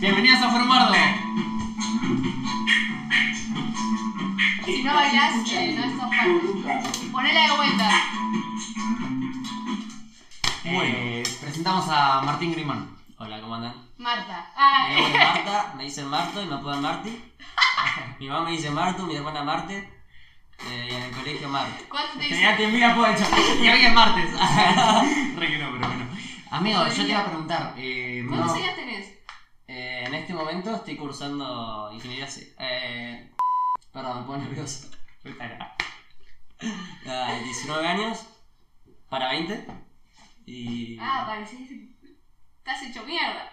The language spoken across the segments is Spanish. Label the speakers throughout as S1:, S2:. S1: Bienvenidas a Formardo.
S2: Si no bailás, eh, no estás parte. Ponela de vuelta.
S1: Eh, presentamos a Martín Grimán.
S3: Hola, ¿cómo andan?
S2: Marta.
S3: Mi nombre es
S2: Ah,
S3: Marta, me dicen Marto y me apodan Marti. Mi mamá me dice Marto, mi hermana Marte. eh, y en el colegio Marte.
S2: ¿cuánto te
S1: Tenía
S2: dice?
S1: que mira por el chat. Y hoy es martes. Re que no, pero bueno. Amigo, yo te iba a preguntar. Eh,
S2: ¿Cuántos
S1: no-
S2: años tenés?
S3: Eh, en este momento estoy cursando ingeniería C. Eh, perdón, me pongo nervioso. Ah, 19 años para 20. Y.
S2: Ah, parecés. Estás hecho mierda.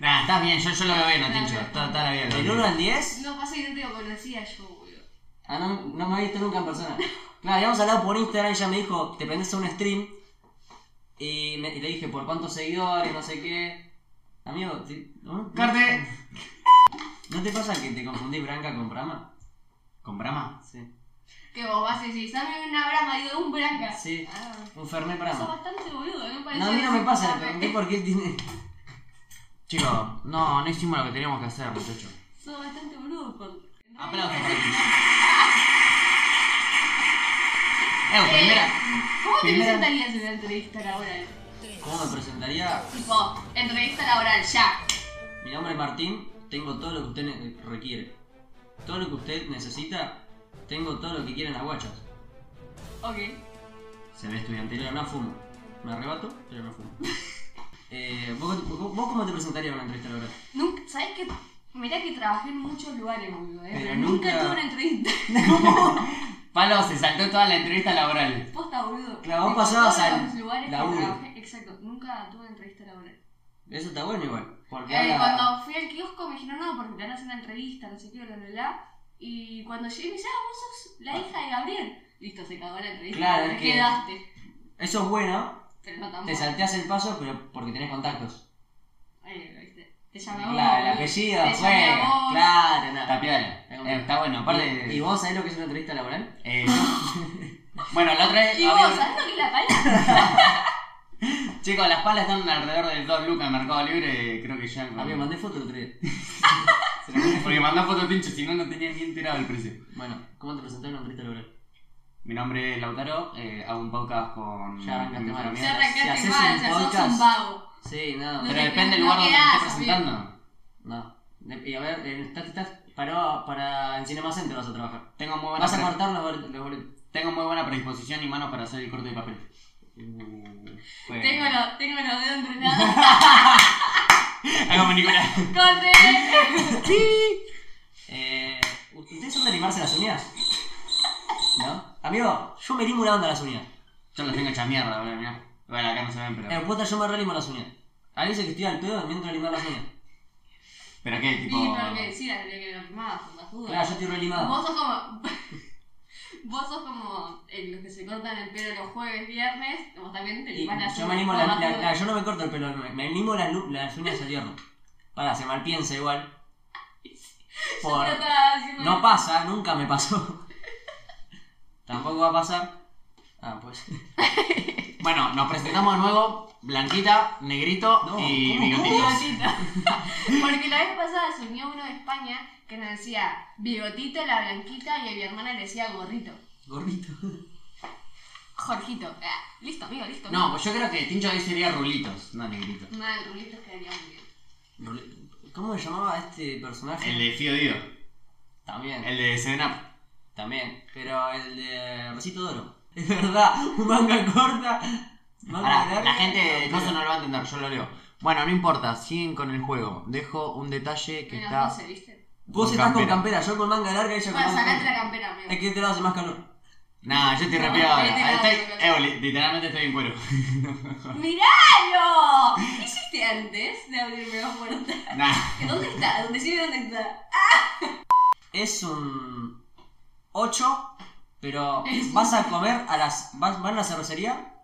S1: Nah, estás bien, yo, yo lo veo bien, Tincho.
S2: Dale.
S1: Está, está la vida.
S3: Del 1 al 10.
S2: No pasa que no te lo conocía yo, boludo.
S3: Ah, no, no me ha visto nunca en persona. Claro, habíamos hablado por Instagram y ella me dijo, te prendes a un stream. Y, me- y le dije, ¿por cuántos seguidores? No sé qué. Amigo, ¿te- ¿no?
S1: Corte.
S3: ¿No te pasa que te confundí Branca con Brahma?
S1: ¿Con Brahma?
S3: Sí.
S2: Que vos vas a decir, dame una brama, digo, un branca.
S3: Sí.
S2: Ah,
S3: Un Fernet
S2: sos
S3: Brahma.
S2: bastante boludo, no parece.
S3: No, a mí no me pasa, le pregunté
S2: Sos
S3: por qué tiene...
S1: Chicos, no, no hicimos lo que teníamos que hacer, muchachos.
S2: bastante boludo, por.
S1: Aplausos para ti. Eh, primera.
S2: ¿Cómo te
S1: primera-
S2: presentarías en una entrevista laboral?
S3: ¿Cómo me presentaría?
S2: Tipo, entrevista laboral, ya.
S3: Mi nombre es Martín, tengo todo lo que usted ne- requiere. Todo lo que usted necesita, tengo todo lo que quieren las guachas.
S2: Ok.
S1: Se ve estudiantil.
S3: Pero no fumo. Me arrebato, pero no fumo. Eh, ¿vos, vos, vos cómo te presentarías en una entrevista laboral?
S2: Nunca, ¿sabes qué? Mirá que trabajé en muchos lugares, boludo, eh.
S3: Pero
S2: nunca
S3: nunca-
S2: tuve una entrevista.
S1: Palo, se saltó toda la entrevista laboral.
S2: Posta, boludo.
S3: Claro, vos
S2: De
S3: pasabas
S2: todos
S3: al
S2: los lugares
S3: laburo.
S2: que trabajé. Exacto, nunca tuve entrevista laboral.
S3: Eso está bueno igual. Porque
S2: Eh,
S3: habla-
S2: cuando fui al kiosco me dijeron, no, porque te van a hacer una entrevista, no sé qué, bla, bla, bla. Y cuando llegué me dice, ah, vos sos la hija de Gabriel. Listo, se cagó la entrevista.
S3: Claro,
S2: te
S3: es que-
S2: quedaste.
S3: Eso es bueno,
S2: Pero no tampoco.
S3: te salteas el paso, pero porque tenés contactos.
S2: Eh, ¿viste? Te llamé a vos.
S3: Claro, el
S2: boludo.
S3: apellido,
S2: Te llamé a
S3: juega.
S2: vos.
S3: Claro, nada.
S1: Está piola. Eh, está bueno, aparte.
S3: ¿Y, y vos sabés lo que es una entrevista laboral?
S1: Eh, no. bueno, la otra vez.
S2: Y
S1: había-
S2: vos, ¿sabés lo que es la palabra?
S1: Chicos, las palas están alrededor de 2 lucas en Mercado Libre. Creo que ya.
S3: A mí me mandé foto el otro día. Se la mandé.
S1: Porque mandó fotos pincho, si no, no tenía ni enterado el precio.
S3: Bueno, ¿cómo te presentás en una entrevista laboral?
S1: Mi nombre es Lautaro, eh, hago un podcast con.
S3: Ya arrancaste
S1: con mis
S3: mal.
S1: amigos.
S3: Si
S2: Ya arrancaste
S3: haces
S2: mal,
S3: un
S2: o sea, sos un
S3: podcast-
S2: vago.
S3: Sí, no.
S2: No.
S1: Pero
S2: te-
S1: depende del
S2: no
S1: lugar donde te estés
S2: quedás,
S1: presentando.
S3: No. De- Y a ver, eh, estás, estás parado para en Cinema Center vas a trabajar.
S1: Tengo muy buena
S3: Vas a
S1: pre-
S3: cortar los, bol- los boletos.
S1: Tengo muy buena predisposición y manos para hacer el corte de papel.
S3: Eh.
S1: Fue-
S2: Tengo los, tengo los dedos entrenados.
S1: Hago como Nicolás.
S2: ¡Corte!
S3: Eh, ¿Ustedes son de limarse las uñas? ¿No? Amigo, yo me limo una banda las uñas.
S1: Yo los tengo hecha mierda, boludo, mirá. Bueno, acá no se ven, pero.
S3: En puta yo me relimo las uñas. A veces que estoy al pedo me entro a limar las uñas.
S1: ¿Pero qué?
S2: Y
S1: Tipo.
S2: no lo que decía, tenía que ver más, por las dudas.
S3: Claro, yo estoy relimado.
S2: Vos sos como. Vos sos como eh, los que se cortan el pelo los jueves, viernes, como también te
S3: Y
S2: van a
S3: yo me limo la, la- la- yo no me corto el pelo, me, me limo las, lu- las uñas al hierro. Para, se malpiensa igual. Por, no pasa, nunca me pasó. Tampoco va a pasar. Ah, pues.
S1: Bueno, nos presentamos de nuevo. Blanquita, Negrito
S3: No,
S1: y
S3: ¿cómo, cómo?
S1: Bigotitos.
S2: Porque la vez pasada se unió uno de España que nos decía bigotito, la blanquita y a mi hermana le decía gorrito.
S3: Gorrito.
S2: Jorgito. Ah, listo, amigo, listo.
S1: No, pues yo creo que Tincho ahí sería Rulitos, no Negrito.
S2: amigo. Nada, el rulito quedaría muy bien.
S3: ¿Cómo se llamaba este personaje?
S1: El de Fío Dido.
S3: También.
S1: El de Seven Up.
S3: También, pero el de Recito de Oro. Es verdad, manga corta. manga
S1: Pará,
S3: larga.
S1: la gente de coso no lo va a entender, yo lo leo. Bueno, no importa, siguen con el juego. Dejo un detalle que
S2: Menos
S1: está.
S2: 12, ¿viste?
S3: Vos
S1: con
S3: estás con
S1: campera.
S3: campera, yo con manga larga y ella con
S2: Bueno,
S3: manga
S2: sacate la
S3: corta.
S2: campera, amigo.
S3: Es que de este lado hace más calor.
S1: Nah, yo estoy
S2: No,
S1: respirado ahora.
S2: vete,
S1: Estoy-
S2: vete, vete.
S1: eh, boli- literalmente estoy en cuero.
S2: ¡Miralo! ¿Qué hiciste antes de abrirme la puerta?
S1: nah.
S2: ¿Dónde está? Decime dónde está.
S3: Es un 8, pero
S2: Es un-
S3: vas a comer a las. Vas, van a la cervecería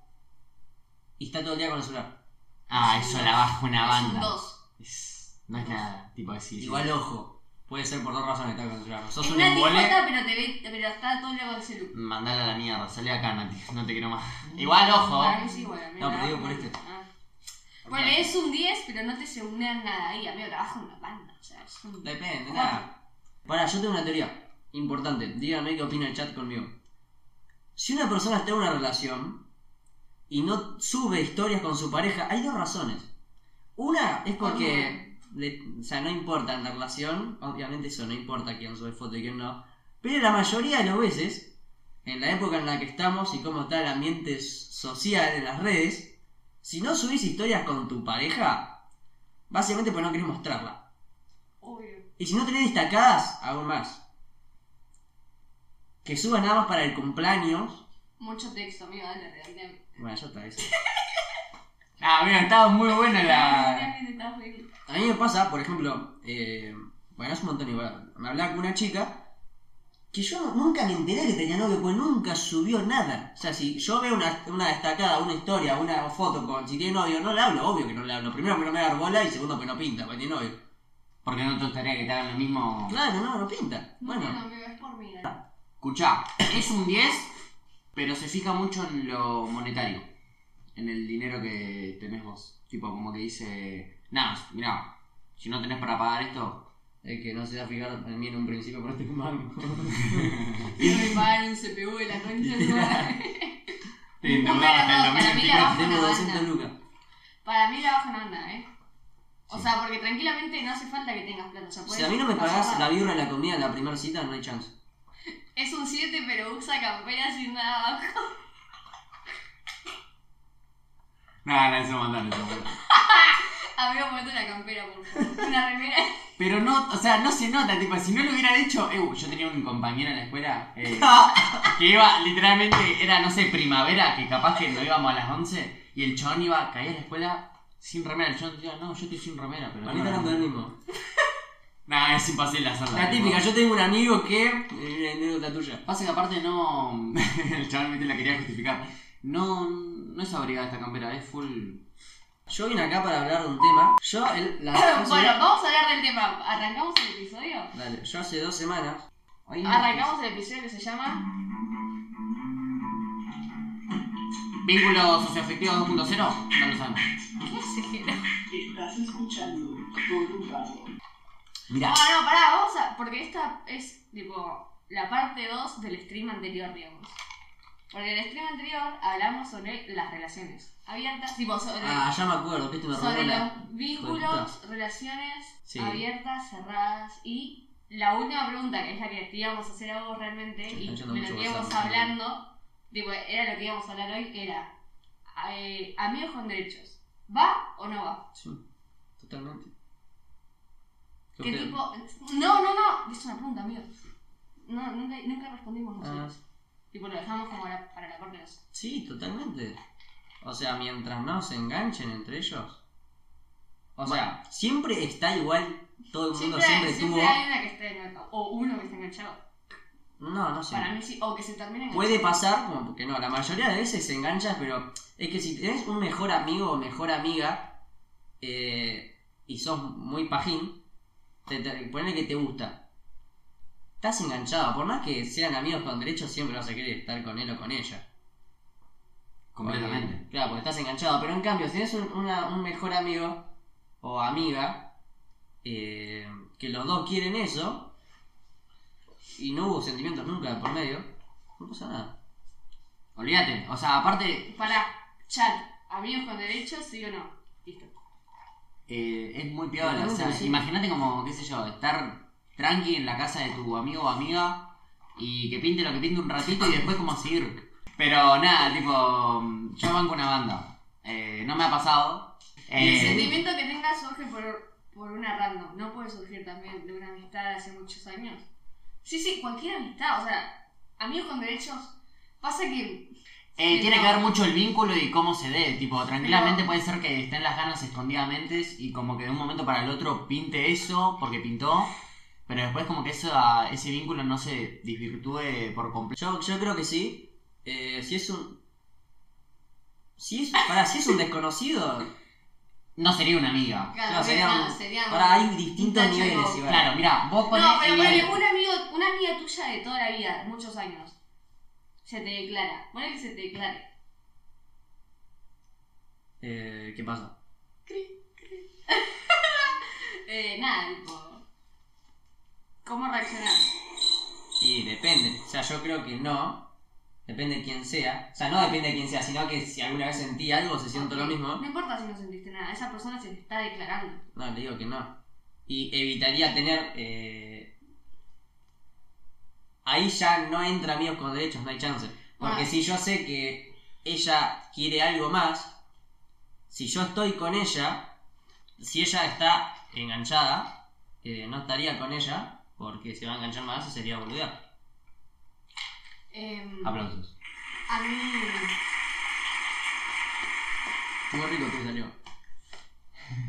S3: y está todo el día con el celular.
S1: Ah, eso la bajo una
S2: Es un
S1: banda.
S2: 2.
S1: Es- no es nada, tipo así. sí.
S3: Igual ojo, puede ser por dos razones que está con el celular. Sos
S2: Es
S3: un
S2: una
S3: embole.
S2: discota, pero, te ve, pero está todo el día con el celu.
S1: Mandala a la Mm. mierda, salí acá, Nati, no te quiero más. Igual, ojo.
S2: Para mí sí, bueno,
S3: No, pero digo por este.
S2: Ah. Bueno, es un 10, pero no te se unean nada ahí. A mí trabajo en una banda, o sea, es un...
S3: Depende,
S2: Cuatro.
S3: nada. Para, yo tengo una teoría importante. Díganme qué opina el chat conmigo. Si una persona está en una relación y no sube historias con su pareja, hay dos razones. Una es porque, le- o sea, no importa en la relación, obviamente eso no importa quién sube foto y quién no, pero la mayoría de las veces, en la época en la que estamos y cómo está el ambiente s- social en las redes, si no subís historias con tu pareja, básicamente pues no querés mostrarla.
S2: Obvio.
S3: Y si no tenés destacadas, aún más. Que subas nada más para el cumpleaños.
S2: Mucho texto, amigo, dale, redondea.
S3: Bueno, ya está eso.
S1: Ah, mira, estaba muy buena la.
S2: Redondea bien, estás bien.
S3: A mí me pasa, por ejemplo, eh, bueno, es un montón igual. Me hablaba con una chica que yo nunca me enteré que tenía novio, pues nunca subió nada. O sea, si yo veo una, una destacada, una historia, una foto con si tiene novio, no le hablo, obvio que no le hablo. Primero que no me da bola y segundo que no pinta, porque tiene novio.
S1: Porque no te gustaría que te hagan lo mismo.
S3: Claro, no, no pinta.
S2: No,
S3: Bueno, Ah.
S2: no, amigo, es por mí, dale.
S1: Escuchá, es un 10, pero se fija mucho en lo monetario. En el dinero que tenés vos. Tipo, como que dice. Nada, mirá, si no tenés para pagar esto.
S3: es que no se va a fijar en mí en un principio por este mango.
S2: Quiero que me paguen un CPU de la concha de su madre.
S1: Te
S2: No me
S1: endeudaste
S2: la
S1: en
S2: doy, para mí la
S1: 2024.
S2: baja
S3: Tengo
S2: una
S3: 200
S2: banda.
S3: lucas.
S2: Para mí la baja no anda, ¿eh? O
S1: Sí.
S2: sea, porque tranquilamente no hace falta que tengas plata. O sea,
S3: Si
S2: puedes
S3: a mí no me pagás
S2: pasarla.
S3: la birra y la comida en la primera cita, no hay chance.
S2: Es un 7, pero usa campera sin nada abajo.
S1: No, no, eso mandalo, eso mandalo.
S2: Amigo, ponete la campera, por favor. Una remera.
S1: Pero no, o sea, no se nota, tipo, si no lo hubiera hecho, eh, yo tenía un compañero en la escuela eh, que iba, literalmente, era, no sé, primavera, que capaz que lo íbamos a las 11 y el chabón iba, caía a la escuela sin remera. El chabón decía, no, yo estoy sin remera, pero.
S3: Para mí está hablando del mismo.
S1: Nah, es imposible hacerla.
S3: La
S1: tipo.
S3: típica, yo tengo un amigo que. eh, anécdota tuya.
S1: Pasa que aparte no. el chabón viste, la quería justificar. No, no es abrigada esta campera, es full.
S3: Yo vine acá para hablar de un tema. Yo, el- la. hace-
S2: bueno, vamos a hablar del tema. ¿Arrancamos el episodio?
S3: Dale, yo hace dos semanas. Ay, no,
S2: Arrancamos el episodio que se llama.
S1: Vínculo socioafectivo 2.0, no lo sabemos.
S2: ¿Qué hace que no?
S4: Estás escuchando todo un barro.
S1: Mirá.
S2: Ah, no, pará, vamos a. Porque esta es, tipo, la parte 2 del stream anterior, digamos. Porque en el stream anterior hablamos sobre las relaciones abiertas, tipo, sobre,
S3: Ah, ya me acuerdo, que esto me robó
S2: sobre los
S3: la.
S2: vínculos, relaciones
S3: Sí.
S2: abiertas, cerradas y la última pregunta, que es la que te íbamos a hacer a vos realmente
S3: Sí,
S2: y
S3: está yendo
S2: de
S3: mucho
S2: lo que
S3: más
S2: íbamos
S3: tarde.
S2: hablando, tipo, era lo que íbamos a hablar hoy, era eh, amigos con derechos, ¿va o no va?
S3: Sí, totalmente. ¿Qué
S2: ¿Qué
S3: pedo?
S2: tipo? No, no, no, es una pregunta, amigo. No, nunca, nunca respondimos
S3: Ah,
S2: nosotros. Tipo, lo dejamos como la- para la parte 2.
S3: sí, totalmente. O sea, mientras no se enganchen entre ellos. O sea, siempre está igual. Todo el mundo
S2: Siempre,
S3: siempre,
S2: hay- siempre
S3: tuvo.
S2: hay una que está enganchada, o uno que está enganchado.
S3: No, no sé.
S2: Para mí sí, o que se termina enganchado.
S3: Puede pasar, como porque no, la mayoría de veces se enganchas, pero es que si tenés un mejor amigo o mejor amiga eh, y sos muy pajín, te, te, ponele que te gusta. Estás enganchado, por más que sean amigos con derechos, siempre vas a querer estar con él o con ella.
S1: Completamente.
S3: Porque- claro, porque estás enganchado, pero en cambio, si tenés un, una- un mejor amigo o amiga eh, que los dos quieren eso y no hubo sentimientos nunca de por medio, no pasa nada.
S1: Olvídate, o sea, aparte,
S2: Pará, chat, amigos con derechos, sí o no. Listo.
S1: eh, es muy piola. O
S3: Totalmente,
S1: sea,
S3: sí.
S1: imagínate como, qué sé yo, estar tranqui en la casa de tu amigo o amiga y que pinte lo que pinte un ratito y después como seguir. Pero nada, tipo, yo banco una banda. Eh, no me ha pasado.
S2: Y el
S1: Eh,
S2: sentimiento que tengas surge por, por una random, no puede surgir también de una amistad de hace muchos años. Sí, sí, cualquier amistad, o sea, amigos con derechos, pasa que
S1: eh,
S2: Sí,
S1: tiene
S2: no.
S1: que ver mucho el vínculo y cómo se dé. Tipo, tranquilamente puede ser que estén las ganas escondidamente y como que de un momento para el otro pinte eso porque pintó. Pero después como que eso, ese vínculo no se desvirtúe por completo.
S3: Yo, yo creo que sí. Eh, si es un. Si es. Pará, si es un desconocido.
S1: No sería una amiga.
S3: Claro, sería
S2: no,
S3: un-
S2: sería
S3: Pará, hay
S2: un
S3: distintos
S2: tacho
S3: niveles,
S2: de-
S3: Iván.
S1: Claro, mira, vos ponés
S2: No, pero
S1: el-
S2: ponele un amigo, una amiga tuya de toda la vida, muchos años, se te declara, ponele que se te declare.
S3: Eh, ¿Qué pasa?
S2: Eh, reaccionar.
S3: Y depende. O sea, yo creo que no. Depende de quién sea. O sea, no depende de quién sea, sino que si alguna vez sentí algo, se siento lo mismo.
S2: No importa si no sentiste nada, esa persona se te está declarando.
S3: No, le digo que no. Y evitaría tener. eh, Ahí ya no entra amigos con derechos, no hay chance. Porque
S2: Ah.
S3: si yo sé que ella quiere algo más, si yo estoy con ella, si ella está enganchada, eh, no estaría con ella porque se va a enganchar más y sería boludear.
S2: Em,
S3: Aplausos.
S2: a mí.
S3: Estuvo rico que salió.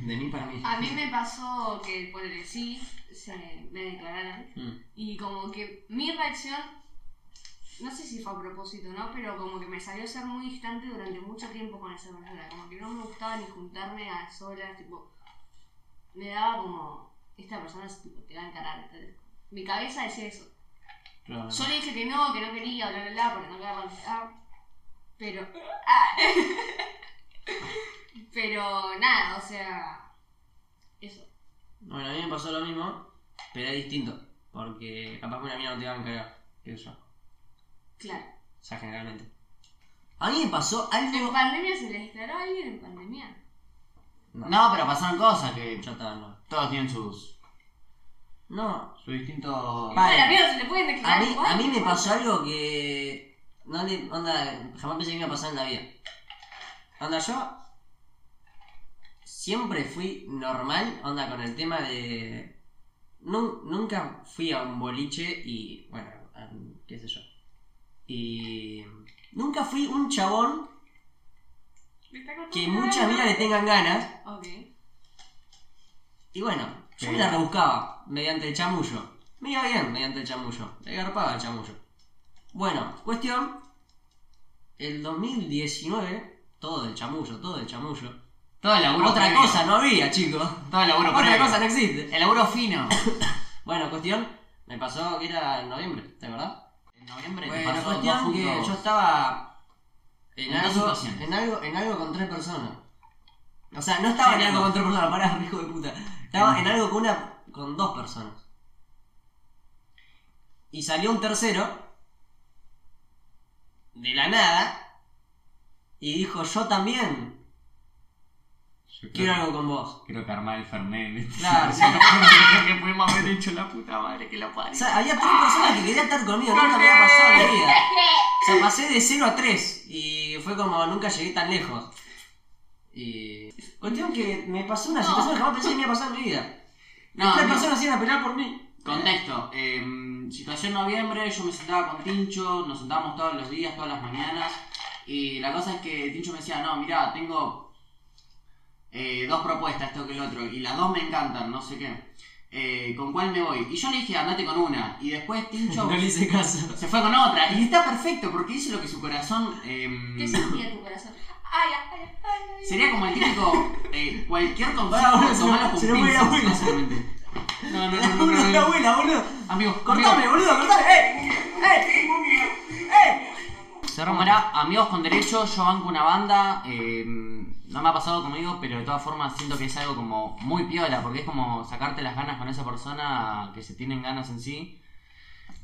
S3: De mí para mí.
S2: A mí me pasó que por el sí se me declararan.
S3: Mm.
S2: Y como que mi reacción, no sé si fue a propósito, ¿no? Pero como que me salió ser muy distante durante mucho tiempo con esa persona. Como que no me gustaba ni juntarme a solas, tipo. Me daba como. Esta persona se- tipo, te va a encarar. ¿entendés? Mi cabeza decía eso.
S3: Pero-
S2: Yo le dije que no, que no quería, bla, bla, bla, porque no quedaba ah, Pero. ah, pero nada, o sea. Eso.
S3: Bueno, a mí me pasó lo mismo, pero es distinto. Porque capaz que una mina no te va a encargar, qué sé yo. O
S2: Claro.
S3: sea, generalmente. A mí me pasó
S2: ¿En
S3: algo.
S2: pandemia se les declaró a alguien en pandemia?
S1: No, pero pasaron cosas que
S3: Ya está, no.
S1: todos tienen sus,
S3: No.
S1: sus distintos...
S3: Pa- Vale.
S2: Bueno, amigos, se le pueden
S3: A
S2: declarar
S3: mí,
S2: igual,
S3: a mí me
S2: ¿no?
S3: pasó algo que. No le. Onda, jamás pensé que me iba a pasar en la vida. Onda, yo. Siempre fui normal, onda, con el tema de. nun- nunca fui a un boliche y. Bueno, a un- qué sé yo. Y. Nunca fui un chabón
S2: Me está contando
S3: que
S2: algo.
S3: muchas minas le tengan ganas.
S2: Ok.
S3: Y bueno, yo
S1: Sí.
S3: me la rebuscaba mediante el chamullo. Me iba bien mediante el chamullo. Le garpaba el chamullo. Bueno, cuestión. El 2019, todo del chamullo, todo del chamullo.
S1: Todo el laburo
S3: Otra
S1: previo.
S3: cosa no había, chicos.
S1: Todo el laburo
S3: Otra
S1: previo.
S3: cosa no existe.
S1: El laburo fino.
S3: Bueno, cuestión. Me pasó que era en noviembre, ¿te acordás?
S1: En noviembre te
S3: Bueno,
S1: pasó dos
S3: cuestión que
S1: juntos.
S3: yo estaba en
S1: En dos
S3: algo,
S1: situaciones.
S3: en, algo, en algo con tres personas. O sea, no estaba
S1: Sí,
S3: en algo
S1: no.
S3: con tres personas, pará, hijo de puta. Estaba en algo con una con dos personas. Y salió un tercero de la nada y dijo, "Yo también
S1: Yo
S3: quiero
S1: creo,
S3: algo con vos."
S1: creo que armar el Fernández.
S3: Claro, sí.
S1: que pudimos haber hecho la puta madre que la
S3: O
S1: parió.
S3: sea, había tres personas que querían estar conmigo, nunca me había pasado en mi vida. O sea, pasé de 0 a 3 y fue como nunca llegué tan lejos. Y. Cuestión que me pasó una
S2: No.
S3: situación que jamás pensé que me iba a pasar en mi vida.
S1: No,
S3: Tres
S1: no.
S3: personas iban a pelear por mí.
S1: Contexto, em, situación noviembre, yo me sentaba con Tincho, nos sentábamos todos los días, todas las mañanas, y la cosa es que Tincho me decía, no, mira, tengo eh, dos propuestas, esto que el otro, y las dos me encantan, no sé qué, Eh, ¿con cuál me voy? Y yo le dije, andate con una, y después Tincho
S3: No le hice caso.
S1: se fue con otra, y está perfecto, porque hizo lo que su corazón... em,
S2: ¿Qué sentía tu corazón? Ay, ay, ay, ay.
S1: Sería como el típico, eh, cualquier
S3: Pará,
S1: consejo,
S3: boludo, se
S1: tomalo
S3: lo-
S1: con
S3: se lo fue la
S1: pinzas,
S3: abuela.
S1: básicamente. No, no,
S3: La
S1: no, no, no,
S3: abuela, la
S1: no.
S3: abuela, boludo.
S1: Amigo, amigo.
S3: Cortame, boludo, cortame. ¡Eh! ¡Eh! ¡Eh!
S1: Cerramos. Ahora, amigos con derecho, yo banco una banda. eh, no me ha pasado conmigo, pero de todas formas siento que es algo como muy piola, porque es como sacarte las ganas con esa persona que se tienen ganas en sí.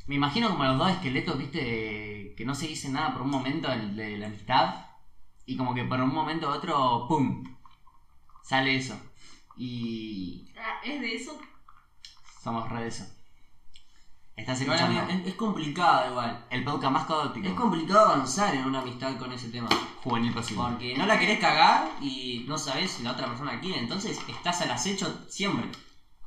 S1: Me imagino como los dos esqueletos, viste, que no se dice nada por un momento el de la amistad. Y como que por un momento u otro, ¡pum! Sale eso. Y
S2: Ah, ¿Es de eso?
S1: somos re de eso. Estás
S3: Igual,
S1: escuchando
S3: amigo, es- Es complicado igual.
S1: el podcast más caótico.
S3: Es complicado avanzar en una amistad con ese tema.
S1: juvenil posible.
S3: Porque no la querés cagar y no sabés si la otra persona quiere. Entonces estás al acecho siempre.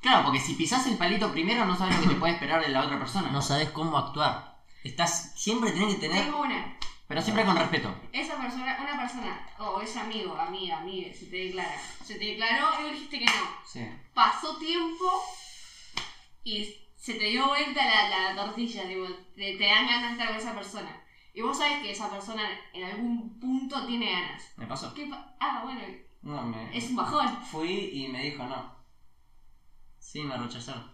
S1: Claro, porque si pisás el palito primero no sabes lo que te puede esperar de la otra persona.
S3: No sabes cómo actuar. Estás siempre tenés que tener
S2: Tengo una.
S1: Pero siempre con respeto.
S2: Esa persona, una persona, o ese amigo, amiga, amiga, se te declara. Se te declaró y vos dijiste que no.
S3: Sí.
S2: pasó tiempo y se te dio vuelta la, la tortilla, digo, te, te dan ganas de estar con esa persona. Y vos sabes que esa persona en algún punto tiene ganas.
S3: ¿Me pasó?
S2: ¿Qué pa- ah, bueno,
S3: No, me.
S2: es un bajón.
S3: Fui y me dijo no. Sí, me rechazaron.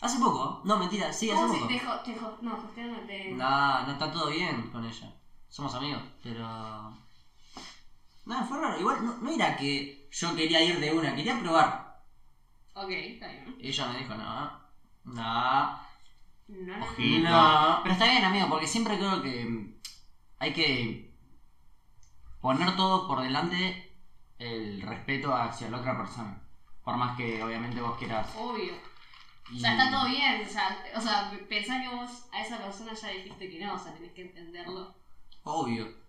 S3: Hace poco. No, mentira, sí, hace
S2: ¿Cómo
S3: poco.
S2: si te jo- te jo- no, José, no te...
S3: No, no está todo bien con ella. Somos amigos, pero. No, fue raro. Igual no, no era que yo quería ir de una, quería probar.
S2: Ok, está bien.
S3: Ella me dijo no. No.
S2: No, no, no.
S1: Ojito.
S3: No.
S1: Pero está bien, amigo, porque siempre creo que mm, hay que poner todo por delante el respeto hacia la otra persona. Por más que obviamente vos quieras.
S2: Obvio.
S1: Y-
S2: O sea, está todo bien. O sea, o sea, pensás que vos a esa persona ya dijiste que no, o sea, tenés que entenderlo.
S3: Obvio.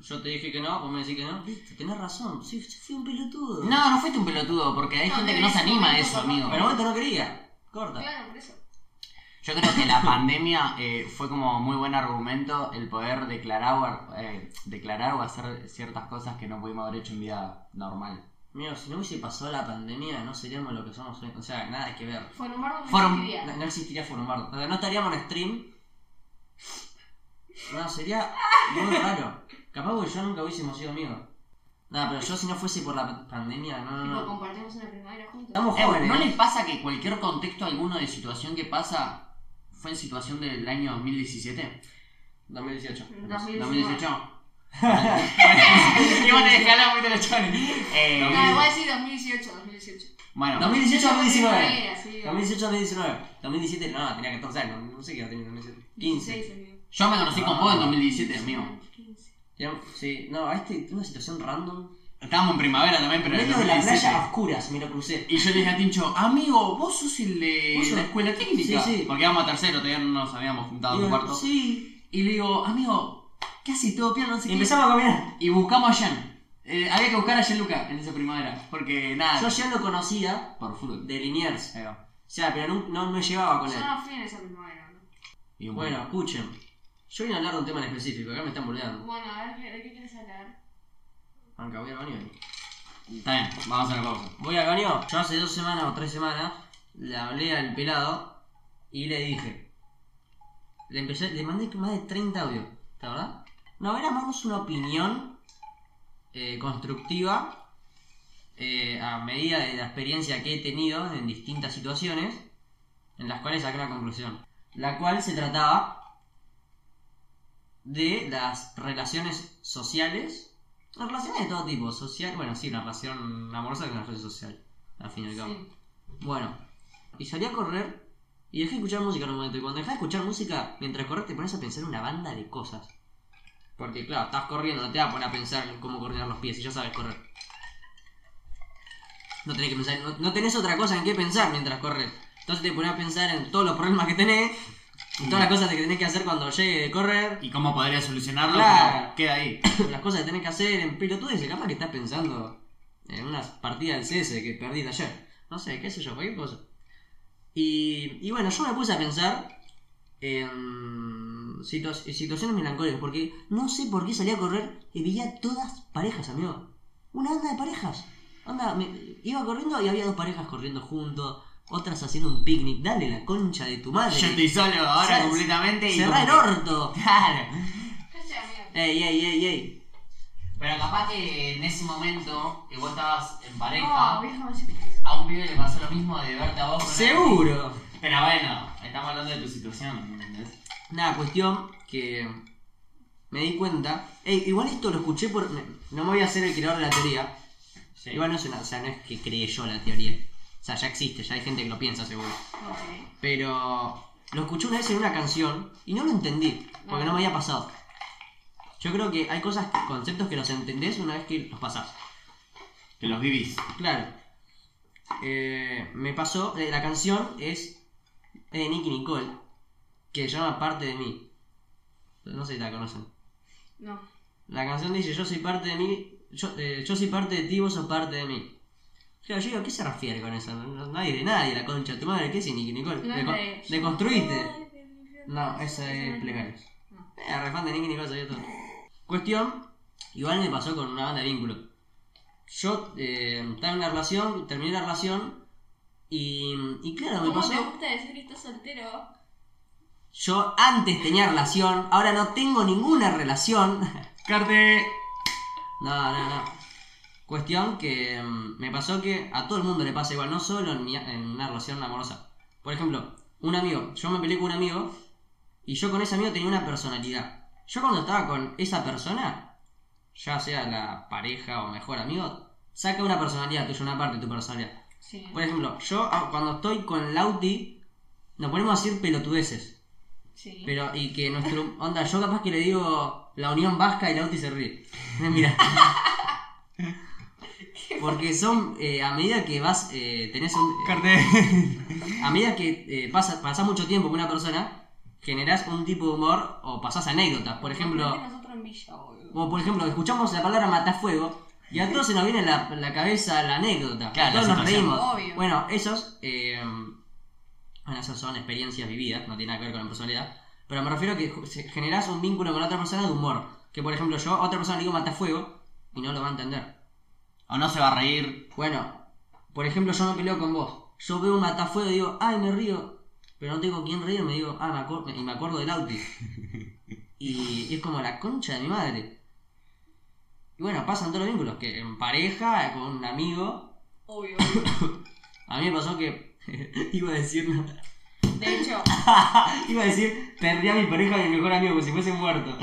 S3: Yo te dije que no, vos me decís que no. Listo, tenés razón. Sí, sí, fui un pelotudo.
S1: No, no fuiste un pelotudo, porque hay
S2: No,
S1: gente
S2: pero
S1: que no
S2: en
S1: se
S2: ese
S1: anima a
S2: momento,
S1: eso,
S2: capaz.
S1: amigo.
S3: Pero vos te no quería. Corta.
S2: Claro, por eso.
S1: Yo creo que la pandemia eh, fue como muy buen argumento el poder declarar o, ar- eh, declarar o hacer ciertas cosas que no pudimos haber hecho en vida normal.
S3: Mío, si no hubiese pasado la pandemia, no seríamos lo que somos hoy. O sea, nada que ver.
S2: Fue nombrado que
S1: Fueron-
S2: no quería.
S3: No, no existiría Formardo. O sea, no estaríamos en stream. No, sería muy raro. Capaz que yo nunca hubiésemos sido amigos. Nada, pero yo si no fuese por la pa- pandemia, no,
S2: Tipo,
S3: no, no.
S2: compartimos una primavera juntos.
S3: Estamos
S1: Eh,
S3: jóvenes.
S1: ¿No les pasa que cualquier contexto alguno de situación que pasa fue en situación del año 2017?
S3: 2018.
S2: 2018.
S1: 2018. Y bueno, dejala muy de los chones. Eh,
S2: No, igual sí, 2018, 2018.
S1: bueno,
S3: 2018 2019.
S2: Primavera, sí,
S3: 2018 2019. 2017, no, tenía 14 años. No sé qué edad tenía en 2017. 15.
S2: 16, amigo.
S1: yo me conocí con vos en 2017,
S2: 15,
S1: amigo.
S2: 15.
S3: Tenía- Sí, no, a este tuve una situación random.
S1: Estábamos en primavera
S3: En
S1: también, pero en el
S3: medio de la
S1: 2017.
S3: playa a oscuras me lo crucé.
S1: Y yo le dije a Tincho, amigo, vos sos el de
S3: Vos sos-
S1: la escuela técnica.
S3: Sí, sí.
S1: Porque íbamos a tercero, todavía no nos habíamos juntado en
S3: Digo,
S1: un cuarto.
S3: Sí.
S1: Y le digo, amigo, ¿qué haces todo pierna? No sé
S3: Y
S1: qué.
S3: empezamos a caminar.
S1: Y buscamos a Jan. Eh, había que buscar a Jan Luca en esa primavera. Porque nada,
S3: Yo ya lo conocía
S1: por fútbol.
S3: de Liniers.
S1: Ahí va.
S3: O sea, pero no, no, no llevaba con él.
S2: Yo no fui en esa primavera, ¿no?
S1: Y un
S3: Bueno, escuchen. Yo vine a hablar de un tema en específico, acá me están burdeando.
S2: Bueno, a ver, ¿qué- ¿de qué quieres hablar?
S3: Manca, voy al baño.
S1: Está bien, vamos a la pausa.
S3: Voy al baño. Yo hace dos semanas o tres semanas le hablé al pelado y le dije. Le, empecé, le mandé más de 30 audios, ¿está verdad? No, era más o menos una opinión eh, constructiva eh, a medida de la experiencia que he tenido en distintas situaciones, en las cuales saqué una conclusión. La cual se trataba de las relaciones sociales, las relaciones de todo tipo, social, bueno, sí, una relación amorosa que una relación social, al fin y al cabo.
S2: Sí.
S3: Bueno, y salí a correr y dejé de escuchar música en un momento. Y cuando dejás de escuchar música, mientras corres te pones a pensar una banda de cosas. Porque claro, estás corriendo, no te vas a poner a pensar en cómo coordinar los pies, si ya sabes correr. No tenés que pensar, no, no tenés otra cosa en qué pensar mientras corres. Entonces te pones a pensar en todos los problemas que tenés, en todas las cosas que tenés que hacer cuando llegue de correr,
S1: ¿Y cómo podría solucionarlo?
S3: Claro.
S1: Pero Queda ahí.
S3: las cosas que tenés que hacer en pelotudes, capaz que estás pensando en una partida del CS que perdí de ayer. No sé, qué sé yo, cualquier cosa. Y, y bueno, yo me puse a pensar en situa- en situaciones melancólicas, porque no sé por qué salí a correr y veía todas parejas, amigo. Una banda de parejas. Onda, me- iba corriendo y había dos parejas corriendo juntos, otras haciendo un picnic. Dale la concha de tu madre.
S1: Yo estoy solo ahora
S3: Cerrá-
S1: completamente. y
S3: Cerrá el
S1: como-
S3: orto.
S1: Claro.
S2: Cállate, amigo.
S3: Ey, ey, ey, ey.
S1: Pero capaz que en ese momento que vos estabas en
S2: No,
S1: pareja,
S2: Oh, viejo,
S1: a un pibe le pasó lo mismo de verte a vos. con
S3: Seguro.
S1: alguien. Pero bueno, estamos hablando de tu situación, ¿entendés?
S3: Nada, cuestión que me di cuenta. Ey, igual esto lo escuché por. me- No me voy a hacer el creador de la teoría.
S1: Sí.
S3: Igual no es una. O sea, no es que creé yo la teoría. O sea, ya existe, ya hay gente que lo piensa seguro.
S2: Ok.
S3: Pero lo escuché una vez en una canción y no lo entendí, porque no me había pasado. Yo creo que hay cosas, conceptos que los entendés una vez que los pasás.
S1: Que los vivís.
S3: Claro. Eh, me pasó, eh, la canción es de Nicky Nicole, que se llama Parte de mí. No sé si la conocen.
S2: No.
S3: La canción dice yo soy parte de mí, yo, eh, yo soy parte de ti, vos sos parte de mí. Claro, yo digo, ¿a qué se refiere con eso? No- Nadie de nadie, la concha de tu madre, ¿qué es Nicky Nicole?
S2: No,
S3: ¿Le
S2: no
S3: con- eh,
S2: es.
S3: le construiste?
S2: Ay, qué lindo.
S3: No, esa es Plegarios.
S2: No.
S3: Eh, refan de Nicky Nicole sabía todo. Cuestión, igual me pasó con una banda de vínculo. Yo eh, estaba en una relación, terminé la relación y, y claro, me
S2: ¿Cómo te
S3: pasó.
S2: gusta decir que estás soltero?
S3: Yo antes tenía relación, ahora no tengo ninguna relación.
S1: Carte.
S3: No, no, no. Cuestión que mm, me pasó que a todo el mundo le pasa igual, no solo en, mi- en una relación amorosa. Por ejemplo, un amigo. Yo me peleé con un amigo y yo con ese amigo tenía una personalidad. Yo cuando estaba con esa persona, ya sea la pareja o mejor amigo, saca una personalidad tuya, una parte de tu personalidad.
S2: Sí.
S3: Por ejemplo, yo ah, cuando estoy con Lauti, Nos ponemos a decir pelotudeces.
S5: Sí.
S3: Pero, y que nuestro. Onda, yo capaz que le digo la Unión Vasca y la UTI se ríe. Mira. Porque son. eh, a medida que vas. eh, tenés un.
S1: Corte.
S3: A medida que eh, pasa, pasás mucho tiempo con una persona, generás un tipo de humor o pasás anécdotas. Por ejemplo,
S5: Nosotros en Villa, boludo.
S3: como por ejemplo, escuchamos la palabra matafuego y a todos se nos viene la, la cabeza la anécdota.
S1: Claro,
S3: todos
S1: la
S3: nos
S1: situación.
S3: reímos.
S5: Obvio.
S3: Bueno, esos eh, bueno, esas son experiencias vividas, no tiene nada que ver con la personalidad. Pero me refiero a que ju- se- generás un vínculo con otra persona de humor. Que por ejemplo yo a otra persona le digo matafuego y no lo va a entender.
S1: O no se va a reír.
S3: Bueno, por ejemplo, yo no peleo con vos. Yo veo un matafuego y digo, ay, me río. Pero no tengo con quién reír, me digo, ah, me acuerdo, y me acuerdo del Auti. y, y es como la concha de mi madre. Y bueno, pasan todos los vínculos, que en pareja, con un amigo.
S5: Obvio.
S3: A mí me pasó que iba a decir,
S5: De hecho,
S3: iba a decir, perdí a mi pareja y a mi mejor amigo como si fuese muerto.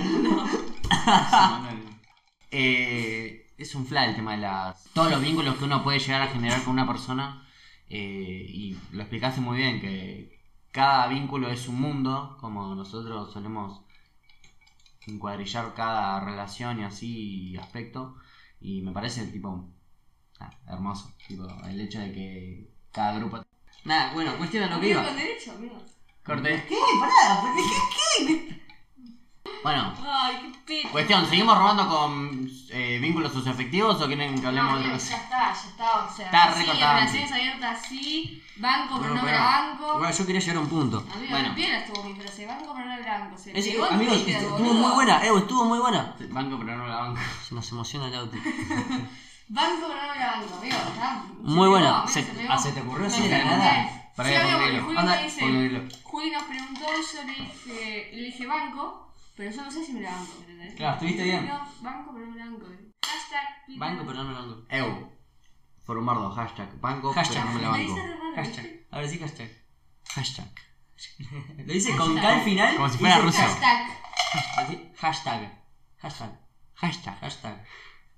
S1: Eh, es un fla el tema de las. Todos los vínculos que uno puede llegar a generar con una persona. eh, y lo explicaste muy bien, que cada vínculo es un mundo, como nosotros solemos encuadrillar cada relación y así y aspecto. Y me parece tipo ah, hermoso. Tipo, el hecho de que cada grupo.
S3: Nada, bueno, cuestiona lo que
S2: Amigo
S3: iba.
S2: con derecho, amigo.
S1: Corte.
S3: ¿Qué? Pará, ¿qué?
S1: Bueno,
S5: ay, qué pena.
S1: Cuestión, ¿seguimos robando con eh, vínculos socioafectivos o quieren que hablemos
S2: No,
S1: de
S2: amigo,
S1: otra cosa?
S2: ya está, ya está, o sea,
S1: Está
S2: sí,
S1: recortado.
S2: relaciones abiertas sí, banco pero
S3: No,
S2: no,
S3: pará.
S2: era banco.
S3: Bueno, yo quería llegar a un punto.
S2: Amigo,
S1: Bueno.
S2: la piedra estuvo bien, pero se banco pero no era banco. Se
S3: Es-
S2: pegó en
S3: amigos,
S2: Twitter,
S3: estuvo
S2: boludo.
S3: muy buena, Evo, estuvo muy buena.
S1: Banco, pero no la banco.
S3: Se nos emociona el auto.
S2: Banco pero no era banco, amigo. está- se
S3: Muy
S2: pegó,
S3: buena.
S2: amigo,
S3: Se-
S2: pegó.
S3: ah, ¿se te ocurrió
S2: No,
S3: así
S1: de
S2: no,
S1: la
S2: no,
S3: nada?
S2: no.
S1: Para
S2: Sí,
S1: que
S2: amigo, porque
S1: ponelo.
S2: Juli
S3: Anda,
S2: me dice,
S1: ponelo.
S2: Juli nos preguntó, yo le dije, le dije banco, pero yo no sé si me la banco, ¿entendés?
S3: Claro, estuviste bien.
S2: No, banco pero no era banco. Hashtag Twitter.
S3: Banco, pero no me banco.
S1: Eu. Formardo, hashtag. Banco,
S3: Hashtag.
S1: pero no me la
S2: Me dice
S1: banco.
S2: re raro, ¿viste?
S3: Hashtag. Ahora sí, hashtag.
S1: Hashtag.
S3: Lo dice con K al final.
S1: Como si fuera
S3: dice
S1: ruso.
S2: Hashtag.
S3: Así, hashtag. Hashtag.
S1: Hashtag.
S3: Hashtag.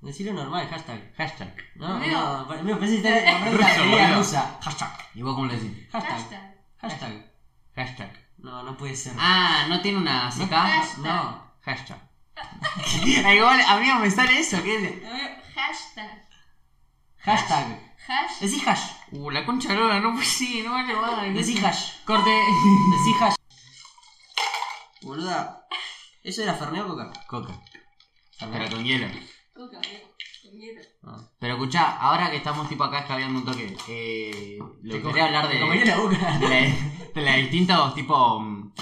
S3: Decirlo normal, hashtag.
S1: Hashtag.
S3: No,
S2: Amigo.
S3: no, me parece que está comprando una
S1: Ruso,
S3: pelea
S1: boludo.
S3: rusa.
S1: Hashtag. ¿Y vos cómo le decís?
S3: Hashtag.
S2: Hashtag.
S3: Hashtag.
S1: Hashtag.
S3: No, no puede ser.
S1: Ah, ¿no tiene
S3: No,
S1: una CK?
S3: No.
S1: Hashtag. Igual, amigo, me sale eso. ¿Qué es?
S2: Amigo, Hashtag.
S3: Hashtag.
S2: Hashtag.
S3: Decí hash.
S1: Uh, la concha de la lora, no pues sí, no vale vale.
S3: Decí hash.
S1: Corte.
S3: Decí hash. Boluda. ¿Eso era Fernet o Coca?
S1: Coca. Pero con hielo.
S2: Coca, amigo. Con hielo.
S3: No.
S1: Pero escuchá, ahora que estamos tipo acá escabeando un toque, eh, lo que quería hablar de,
S3: Me comería la boca.
S1: de, la- de las distintos tipo... mm,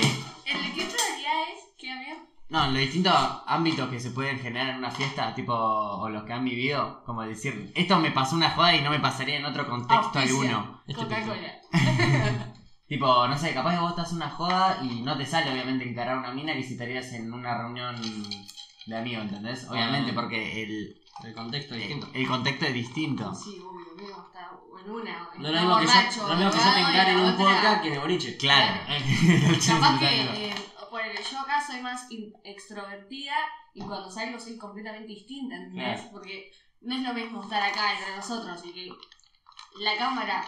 S1: eh,
S2: El que todavía es que amigo.
S1: no, los distintos ámbitos que se pueden generar en una fiesta, tipo, o los que han vivido, como decir, esto me pasó una joda y no me pasaría en otro contexto
S2: Auspicio.
S1: alguno.
S3: Este
S2: Coca-Cola.
S1: Tipo, no sé, capaz que vos estás en una joda y no te sale obviamente encarar a una mina que si estarías en una reunión de amigos, ¿entendés? Obviamente,
S3: Ah.
S1: porque el,
S3: El contexto es distinto.
S1: el contexto es distinto.
S2: Sí, obvio, amigo. Hasta en una.
S3: No es lo mismo que yo, no es lo mismo que yo te encare en un podcast que en el boliche.
S1: Claro.
S2: Capaz que, eh, ponele, yo acá soy más in- extrovertida y cuando salgo soy completamente distinta, ¿entendés?
S3: Claro.
S2: Porque no es lo mismo estar acá entre nosotros y que la cámara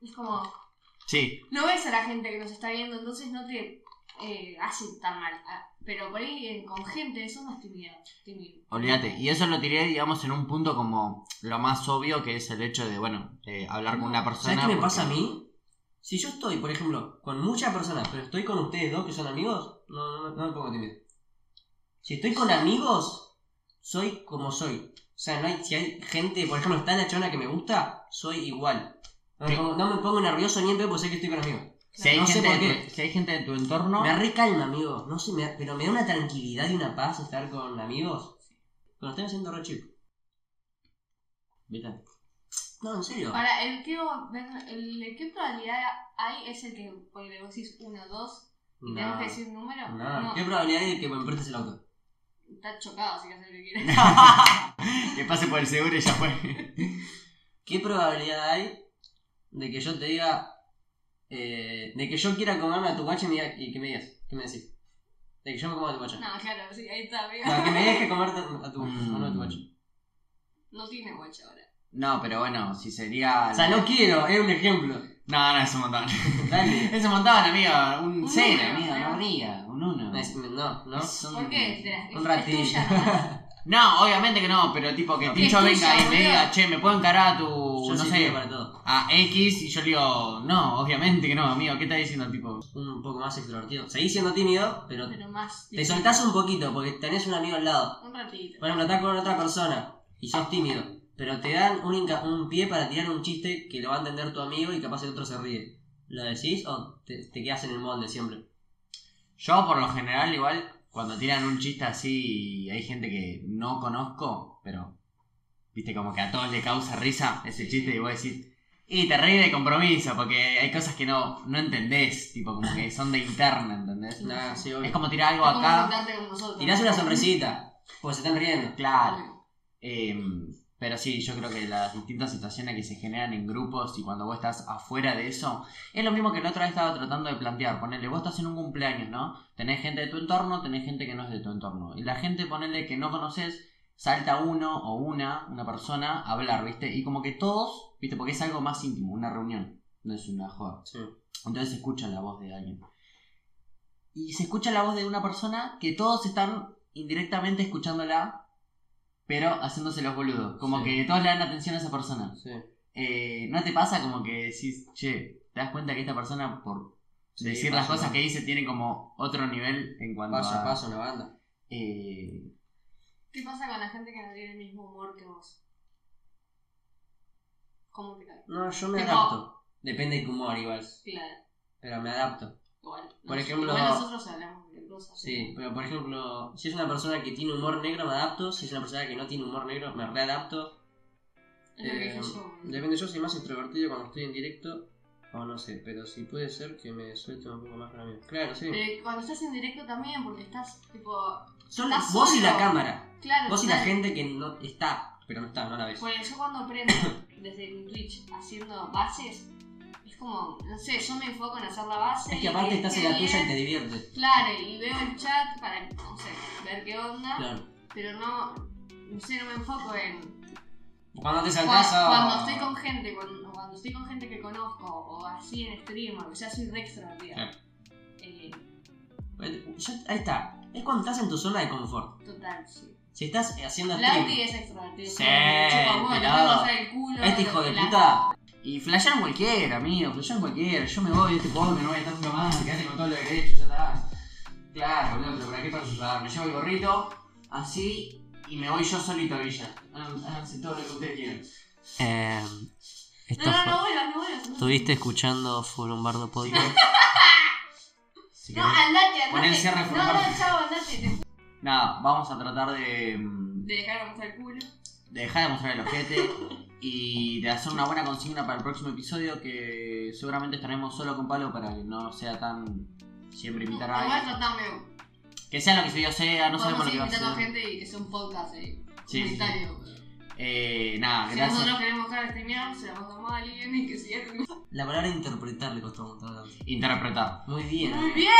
S2: es como,
S1: Sí,
S2: no ves a la gente que nos está viendo, entonces no te eh, hace tan mal. Ah, Pero por ahí eh, con gente sos más tímido. tímido.
S1: Olvídate, y eso lo tiré, digamos, en un punto como lo más obvio, que es el hecho de, bueno, eh, hablar con una persona.
S3: ¿Sabes qué me
S1: porque-
S3: pasa a mí? Si yo estoy, por ejemplo, con muchas personas, pero estoy con ustedes dos que son amigos, no, no, no, no me pongo tímido. Si estoy con amigos, soy como soy. O sea, no hay, si hay gente, por ejemplo, está la chona que me gusta, soy igual. No me
S1: Sí.
S3: pongo, no me pongo nervioso ni en pedo porque sé que estoy con amigos.
S1: Si hay,
S3: No sé
S1: gente
S3: por
S1: de
S3: qué.
S1: tu, si hay gente de tu entorno,
S3: Me recalma, amigo. No sé, me da- pero me da una tranquilidad y una paz estar con amigos. Pero estoy haciendo re chico. ¿Viste? No, en serio.
S2: Para el que, vos ven- el que probabilidad hay es el que, porque vos decís uno, dos, y tenés
S3: No,
S2: que decir un número.
S3: no. ¿Qué probabilidad hay de que me emprestes el auto?
S2: Está chocado, así que hacer lo que quieras.
S1: que pase por el seguro y ya fue.
S3: ¿Qué probabilidad hay de que yo te diga. eh, de que yo quiera comerme a tu guacha y, me diga- y que me digas? ¿Qué me decís? De que yo me coma a tu guacha.
S2: No, claro, sí, ahí está, amigo.
S3: No, que me dejes comerte a tu, a no a tu guacha.
S2: No tiene guacha ahora.
S1: No, pero bueno, si sería.
S3: O sea, no quiero, es un ejemplo.
S1: No, no, es un montón.
S3: Dale.
S1: es un montón, amigo. Un
S2: Un
S1: 0,
S2: uno,
S1: amigo,
S2: ¿no?
S1: no ría. Un 1.
S3: No, es- No, no.
S1: Es un-
S2: ¿Por qué? Te la-
S3: Un
S2: es
S3: ratito.
S2: tuya, ¿no?
S1: No, obviamente que no, pero tipo que
S3: No.
S1: Tincho
S2: Es tuyo,
S1: venga y me
S2: boludo.
S1: diga, che, ¿me puedo encarar a tu.
S3: Yo
S1: no
S3: sí
S1: sé,
S3: tiro para todo.
S1: a X? Y yo le digo, no, obviamente que no, amigo. ¿Qué está diciendo, tipo?
S3: Un poco más extrovertido. Seguís siendo tímido, pero
S2: Pero más.
S3: te soltás un poquito porque tenés un amigo al lado.
S2: Un ratito.
S3: Por ejemplo, estás con otra persona y sos tímido, pero te dan un, inca- un pie para tirar un chiste que lo va a entender tu amigo y capaz el otro se ríe. ¿Lo decís o te, te quedas en el molde siempre?
S1: Yo, por lo general, igual, cuando tiran un chiste así y hay gente que no conozco, pero. Viste, como que a todos le causa risa ese chiste y vos decís. Y te reí de compromiso, porque hay cosas que no, no entendés, tipo, como que son de interna, ¿entendés?
S3: Nah, sí, obvio.
S1: Es como tirar
S2: Es
S1: algo
S2: como
S1: acá.
S2: juntarte con nosotros.
S3: Tirás una sonrisita, pues se están riendo.
S1: Claro. Em, pero sí, yo creo que las distintas situaciones que se generan en grupos y cuando vos estás afuera de eso, es lo mismo que la otra vez estaba tratando de plantear. Ponele, vos estás en un cumpleaños, ¿no? Tenés gente de tu entorno, tenés gente que no es de tu entorno. Y la gente, ponele, que no conoces, salta uno o una, una persona, a hablar, ¿viste? Y como que todos, ¿viste? Porque es algo más íntimo, una reunión, no es una joda.
S3: Sí.
S1: Entonces se escucha la voz de alguien. Y se escucha la voz de una persona que todos están indirectamente escuchándola, pero haciéndose los boludos. Como
S3: Sí.
S1: que todos le dan atención a esa persona.
S3: Sí.
S1: Eh, ¿No te pasa como que decís, che, te das cuenta que esta persona, por
S3: Sí,
S1: decir
S3: pasa,
S1: las cosas
S3: ¿no?
S1: que dice, tiene como otro nivel en cuanto
S3: Paso
S1: a.
S3: a paso una banda.
S1: eh,
S2: ¿Qué pasa con la gente que no tiene el mismo humor que vos? ¿Cómo te cae?
S3: No, yo me
S2: Tipo-
S3: adapto. Depende de tu humor igual,
S2: Claro,
S3: pero me adapto.
S2: igual.
S3: Por ejemplo-
S2: Igual nosotros hablamos de cosas.
S3: Sí, pero por ejemplo, si es una persona que tiene humor negro me adapto, si es una persona que no tiene humor negro me readapto.
S2: Es lo que
S3: Eh,
S2: dije yo, boludo.
S3: Depende, yo soy más extrovertido cuando estoy en directo o no sé, pero si puede ser que me suelte un poco más con amigos. Claro, sí.
S2: Pero eh, cuando estás en directo también, porque estás tipo.
S3: Son
S2: estás
S3: vos y
S2: solo.
S3: la cámara.
S2: Claro,
S3: Vos y la
S2: claro. Pues,
S3: gente que no está, pero no está, no la ves.
S2: Bueno, yo cuando aprendo desde mi Twitch haciendo bases, es como, no sé, yo me enfoco en hacer la base.
S3: Es que
S2: y
S3: aparte estás en la
S2: esté
S3: tuya y
S2: bien.
S3: te diviertes.
S2: Claro, y veo el chat para, no sé, ver qué onda,
S3: Claro.
S2: pero no, no sé, no me enfoco en...
S3: Cuando te
S2: Cuando,
S3: saltás a-
S2: cuando estoy con gente, cuando, cuando estoy con gente que conozco, o así en stream, o que ya soy re extrovertida.
S3: Claro.
S2: Eh,
S3: Bueno, yo- ahí está. Es cuando estás en tu zona de confort.
S2: total, sí.
S3: Si estás haciendo
S2: Lauti
S3: stream,
S2: es extrovertido.
S3: Sí,
S2: Chupa, bueno,
S3: pelado.
S2: no el culo.
S3: este hijo de
S2: la-
S3: puta.
S1: Y flashean cualquiera, amigo, flashean cualquiera. Yo me voy de este pueblo, no voy a estar nunca más, quedate con todo lo derecho, ya está. Claro, boludo, pero ¿para qué participar? Me llevo el gorrito, así, y me voy yo solito a Villa. Hagan- Háganse todo lo que ustedes quieran.
S2: No, no, no vuelvas, no vuelvas. no
S3: Em, escuchando Forumbardo
S1: Si
S3: Podcast.
S1: querés- si
S2: No,
S1: querés-
S2: andate, andate.
S1: Pon el cierre,
S2: No,
S1: Fernando.
S2: no, chavo, andate. Te-
S1: Nada, vamos a tratar de, mm,
S2: Te dejaron mostrar el culo.
S1: de dejar de mostrar el ojete y de hacer una buena consigna para el próximo episodio que seguramente estaremos solo con Pablo para que no sea tan siempre invitar a
S2: Igual
S1: alguien.
S2: tratame.
S1: Que sea lo que se yo sea, no
S2: Podemos
S1: sabemos lo que
S2: ir
S1: va a
S2: invitando
S1: ser.
S2: gente y que sea un podcast eh,
S1: Sí, sí, sí.
S2: unitario.
S1: Eh, nada,
S2: Si
S1: gracias.
S2: nosotros queremos dejar de streamear, se la mandamos a alguien y que siga con-
S3: La palabra interpretar le costó un montón. a Lauti.
S1: Interpretar.
S3: Muy bien.
S2: ¡Muy bien!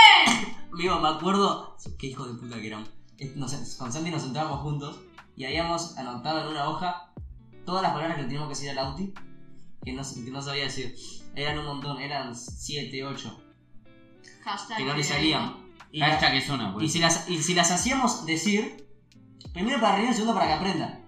S3: Amigo, me acuerdo qué hijo de puta que eran. Nos- con Santi nos sentábamos juntos y habíamos anotado en una hoja todas las palabras que le teníamos que decir al Auti que no, que no sabía decir. Eran un montón, eran 7, 8.
S2: Hashtag.
S3: Que no le salían. Y, la-
S1: Hashtag es una,
S3: y
S1: pues.
S3: si las, y si las hacíamos decir, primero para reír, segundo para que aprenda.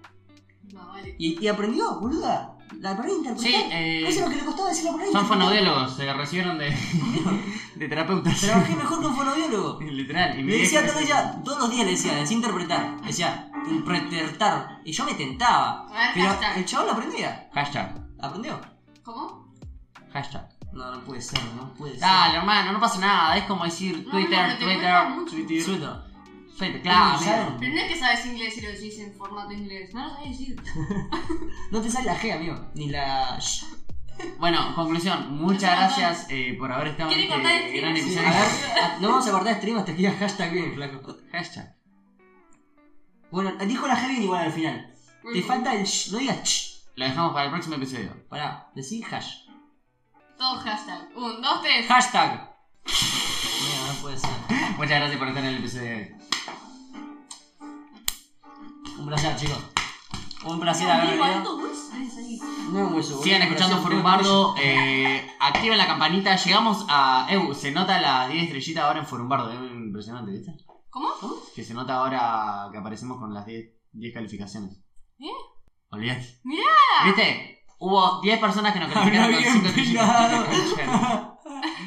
S2: No, vale.
S3: Y, y aprendió, boluda. La palabra
S1: Sí,
S3: interpretar. Eso es
S1: eh,
S3: lo que le costó decir la palabra
S1: son
S3: interpretar.
S1: fonoaudiólogos, se recibieron de, de terapeutas.
S3: Trabajé mejor que un fonoaudiólogo.
S1: Literal. Y
S3: Le
S1: mi
S3: decía
S1: vieja-
S3: todo ella, todos los días le decía, decía interpretar, decía interpretar, y yo me tentaba.
S2: A ver,
S3: Pero
S2: hashtag.
S1: eh,
S3: el chaval lo aprendía,
S1: Hashtag.
S3: aprendió.
S2: ¿Cómo?
S1: Hashtag.
S3: No, no puede ser, no puede ser.
S1: Dale, hermano, no pasa nada. Es como decir
S2: No,
S1: Twitter,
S2: no, pero te cuesta
S1: Twitter,
S2: mucho.
S1: Twitter, Twitter.
S3: Suelto.
S1: Claro,
S3: ¿Saben?
S1: amigo.
S2: Pero no es que sabes inglés y lo decís en formato inglés. No lo sabes decir.
S3: No te sale la G, amigo, ni la sh.
S1: Bueno, conclusión. Muchas
S2: Nosotros
S1: gracias eh, por haber estado en
S2: ¿Quiere
S1: este
S2: cortar el stream?
S1: gran
S2: Sí.
S1: episodio.
S3: A ver, no vamos a guardar stream hasta que diga hashtag bien, flaco.
S1: Hashtag.
S3: Bueno, dijo la G bien igual al final. Te falta el sh, no digas sh.
S1: Lo dejamos para el próximo episodio.
S3: Pará, decí hash.
S2: Todo hashtag. Un, dos, tres.
S3: Hashtag. No, no puede ser.
S1: Muchas gracias por estar en el episodio de hoy.
S3: Un placer, chicos. Un placer haber
S2: Amigo,
S3: venido.
S2: alto, güey, sabes ahí.
S3: No es muy seguro.
S1: Sigan escuchando Forumbardo, eh, activen la campanita, llegamos a... Eu, se nota la 10 estrellitas ahora en Forumbardo, es impresionante, ¿viste?
S5: ¿Cómo?
S1: Que se nota ahora que aparecemos con las 10, 10 calificaciones.
S5: ¿Eh?
S1: Olvídate.
S5: Mirá.
S1: ¿Viste? Hubo 10 personas que nos calificaron
S3: Habla
S1: con
S3: bien
S1: 5 estrellitas.
S3: peinado.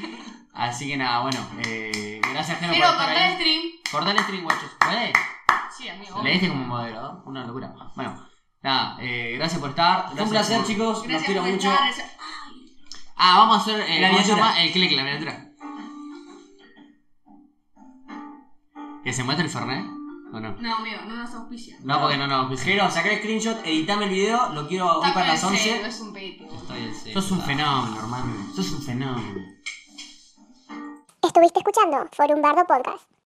S1: Así que nada, bueno, eh, gracias Jero por
S5: Pero
S1: estar
S5: cortar el
S1: ahí.
S5: stream.
S1: Cortar el stream, guachos. ¿Vale?
S5: Sí, amigo.
S1: Le diste como moderador, una locura. Bueno, nada, eh, gracias por estar.
S3: Fue
S1: gracias
S3: un placer,
S1: por-
S3: chicos. Los
S2: Gracias
S3: quiero
S2: por
S3: mucho.
S2: estar. es-
S1: Ah, vamos a hacer eh,
S3: La
S1: ¿cómo se
S3: miniatura.
S1: llama? el click, la miniatura. ¿Que se muestra el Fernet? ¿O no?
S2: No, amigo, no nos auspicia.
S1: No, porque no, no. Pues,
S3: Jero, sacá el screenshot, editame el video, lo quiero hoy
S5: Está
S3: para
S5: con el
S3: las
S5: celo,
S3: 11.
S5: Es un pete. boludo.
S3: Estoy en celo.
S1: sos un fenómeno, hermano. Sos un fenómeno.
S6: Estuviste escuchando Forum Bardo Podcast.